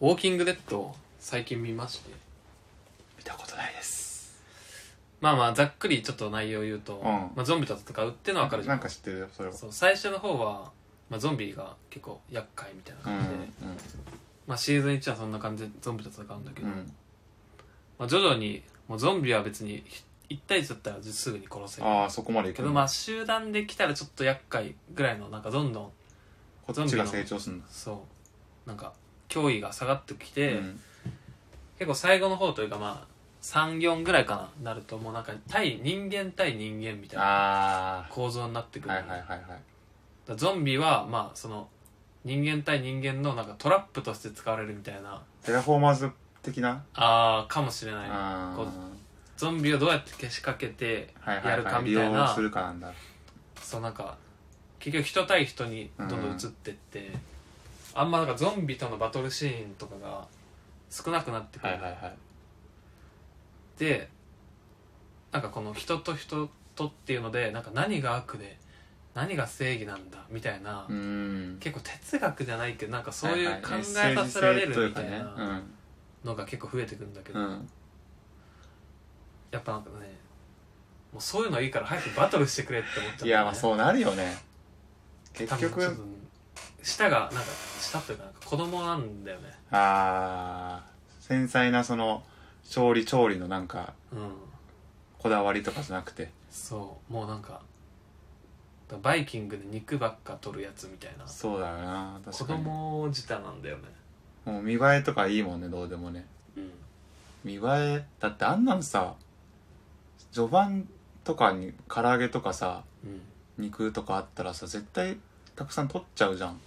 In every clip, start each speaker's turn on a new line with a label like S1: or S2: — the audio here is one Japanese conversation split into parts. S1: ウォーキングデッドを最近見まして
S2: 見たことないです
S1: まあまあざっくりちょっと内容を言うと、
S2: ん
S1: まあ、ゾンビと戦うってのは分かるじゃ
S2: なんんか知ってるよそれは
S1: そう最初の方は、まあ、ゾンビが結構厄介みたいな
S2: うん
S1: 感じで、まあ、シーズン1はそんな感じでゾンビと戦うんだけ
S2: う
S1: ど、
S2: んうん
S1: まあ、徐々にもうゾンビは別に1対1だったらすぐに殺せる
S2: ああそこまでい
S1: け
S2: く
S1: ど、まあ、集団で来たらちょっと厄介ぐらいのなんかどんどん
S2: こっちが成長するんだ
S1: そうなんか脅威が下がってきて、
S2: うん
S1: 結構最後の方というかまあ34ぐらいかななるともうなんか対人間対人間みたいな
S2: あ
S1: 構造になってく
S2: あ
S1: る、
S2: はいはいはいはい
S1: だからゾンビはまあその人間対人間のなんかトラップとして使われるみたいな
S2: テラフォーマーズ的な
S1: あーかもしれない
S2: あ
S1: こう
S2: ー
S1: ゾンビをどうやってけしかけて
S2: はいはい
S1: やるか
S2: はい
S1: み
S2: 利
S1: たいな、
S2: 用するかなんだ
S1: そうなんか結局人対人にどんどん移ってって、あんまなんかゾンビとのバトルシーンとかが少なくなってくる、
S2: はいはい
S1: でなんかこの人と人とっていうのでなんか何が悪で何が正義なんだみたいな、
S2: うん
S1: 結構哲学じゃないけどなんかそういう
S2: はは
S1: 考えさせられ
S2: メッセージ性とい
S1: る
S2: う
S1: み
S2: か
S1: たい
S2: ね
S1: なのが結構増えてくるんだけ
S2: う
S1: ど、
S2: んうん
S1: やっぱなんかねもうそういうのいいから早くバトルしてくれって思っちゃった、
S2: いやまあそうなるよね
S1: 多分
S2: 結局
S1: ちょっと舌がなんか舌というかなんか子供なんだよね
S2: ああ繊細なその調理調理のなんか
S1: うん
S2: こだわりとかじゃなくて
S1: そうもうなんかだバイキングで肉ばっか取るやつみたいな
S2: そうだよな
S1: 子
S2: 確かに
S1: 供舌なんだよね
S2: もう見栄えとかいいもんねどうでもね
S1: うん
S2: 見栄えだってあんなんさ序盤とかに唐揚げとかさ
S1: うん
S2: 肉とかあったらさ絶対たくさん取っちゃうじゃん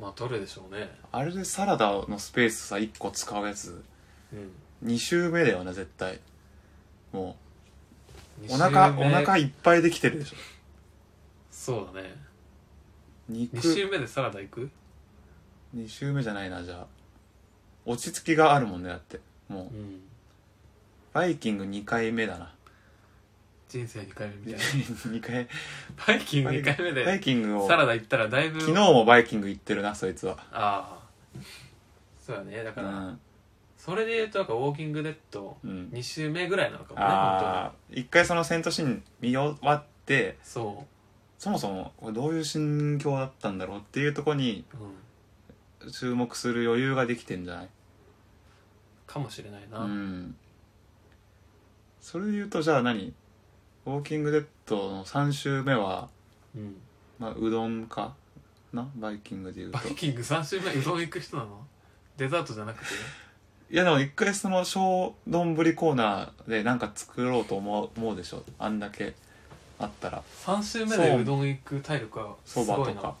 S1: まあ取るでしょうね
S2: あれでサラダのスペースさ1個使うやつ
S1: うん
S2: 2周目だよね絶対もうお
S1: 二
S2: 腹
S1: 周
S2: お
S1: 目
S2: 腹いっぱいできてるでしょ
S1: そうだね
S2: 肉
S1: 2週目でサラダ行く
S2: 2周目じゃないなじゃあ落ち着きがあるもんねだってもう
S1: うん
S2: バイキング2回目だな
S1: 人生2回目みたいな
S2: 2回
S1: バイキング2回目
S2: バイ
S1: で
S2: キングを
S1: サ
S2: 昨
S1: ラダ行ったらだいぶ
S2: 日もバイキング行ってるなそいつは
S1: ああそうだねだ
S2: う
S1: から、
S2: ん、
S1: それで言うとなんかウォーキングデッド
S2: うん、
S1: 2週目ぐらいなのかもね本
S2: ああ一回その戦闘シーン見終わって
S1: 当にそ
S2: そもそもこれどういう心境だったんだろうっていうとこに
S1: う、うん、
S2: 注目する余裕ができてんじゃない
S1: かもしれないな、
S2: うんそれで言うとじゃあ何「ウォーキングデッド」の3周目は、
S1: うん
S2: まあ、うどんかなバイキングで言うと
S1: バイキング3週目うどん行く人なのデザートじゃなくて
S2: いやでも一回その小丼コーナーでなんか作ろうと思う思うでしょあんだけあったら
S1: 3週目でうどん行く体力はす
S2: そば
S1: ご
S2: と
S1: いな
S2: か
S1: あ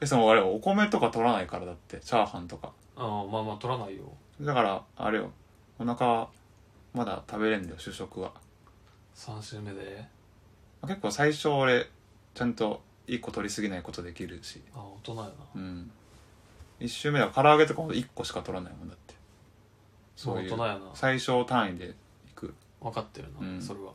S2: えそのあれお米とか取らないからだってチャーハンとか
S1: あまあまあ取らないよ
S2: だからあれよお腹はまだ食べれんだよ主食は
S1: 3週目で
S2: 結構最初俺ちゃんと一個取りすぎないことできるし
S1: ああ大人やな
S2: うん一周目は唐揚げとかも一個しか取らないもんだって
S1: そう
S2: そうい
S1: 大
S2: う
S1: 人やな
S2: 最小単位でいく
S1: 分かってるな、
S2: うん
S1: それは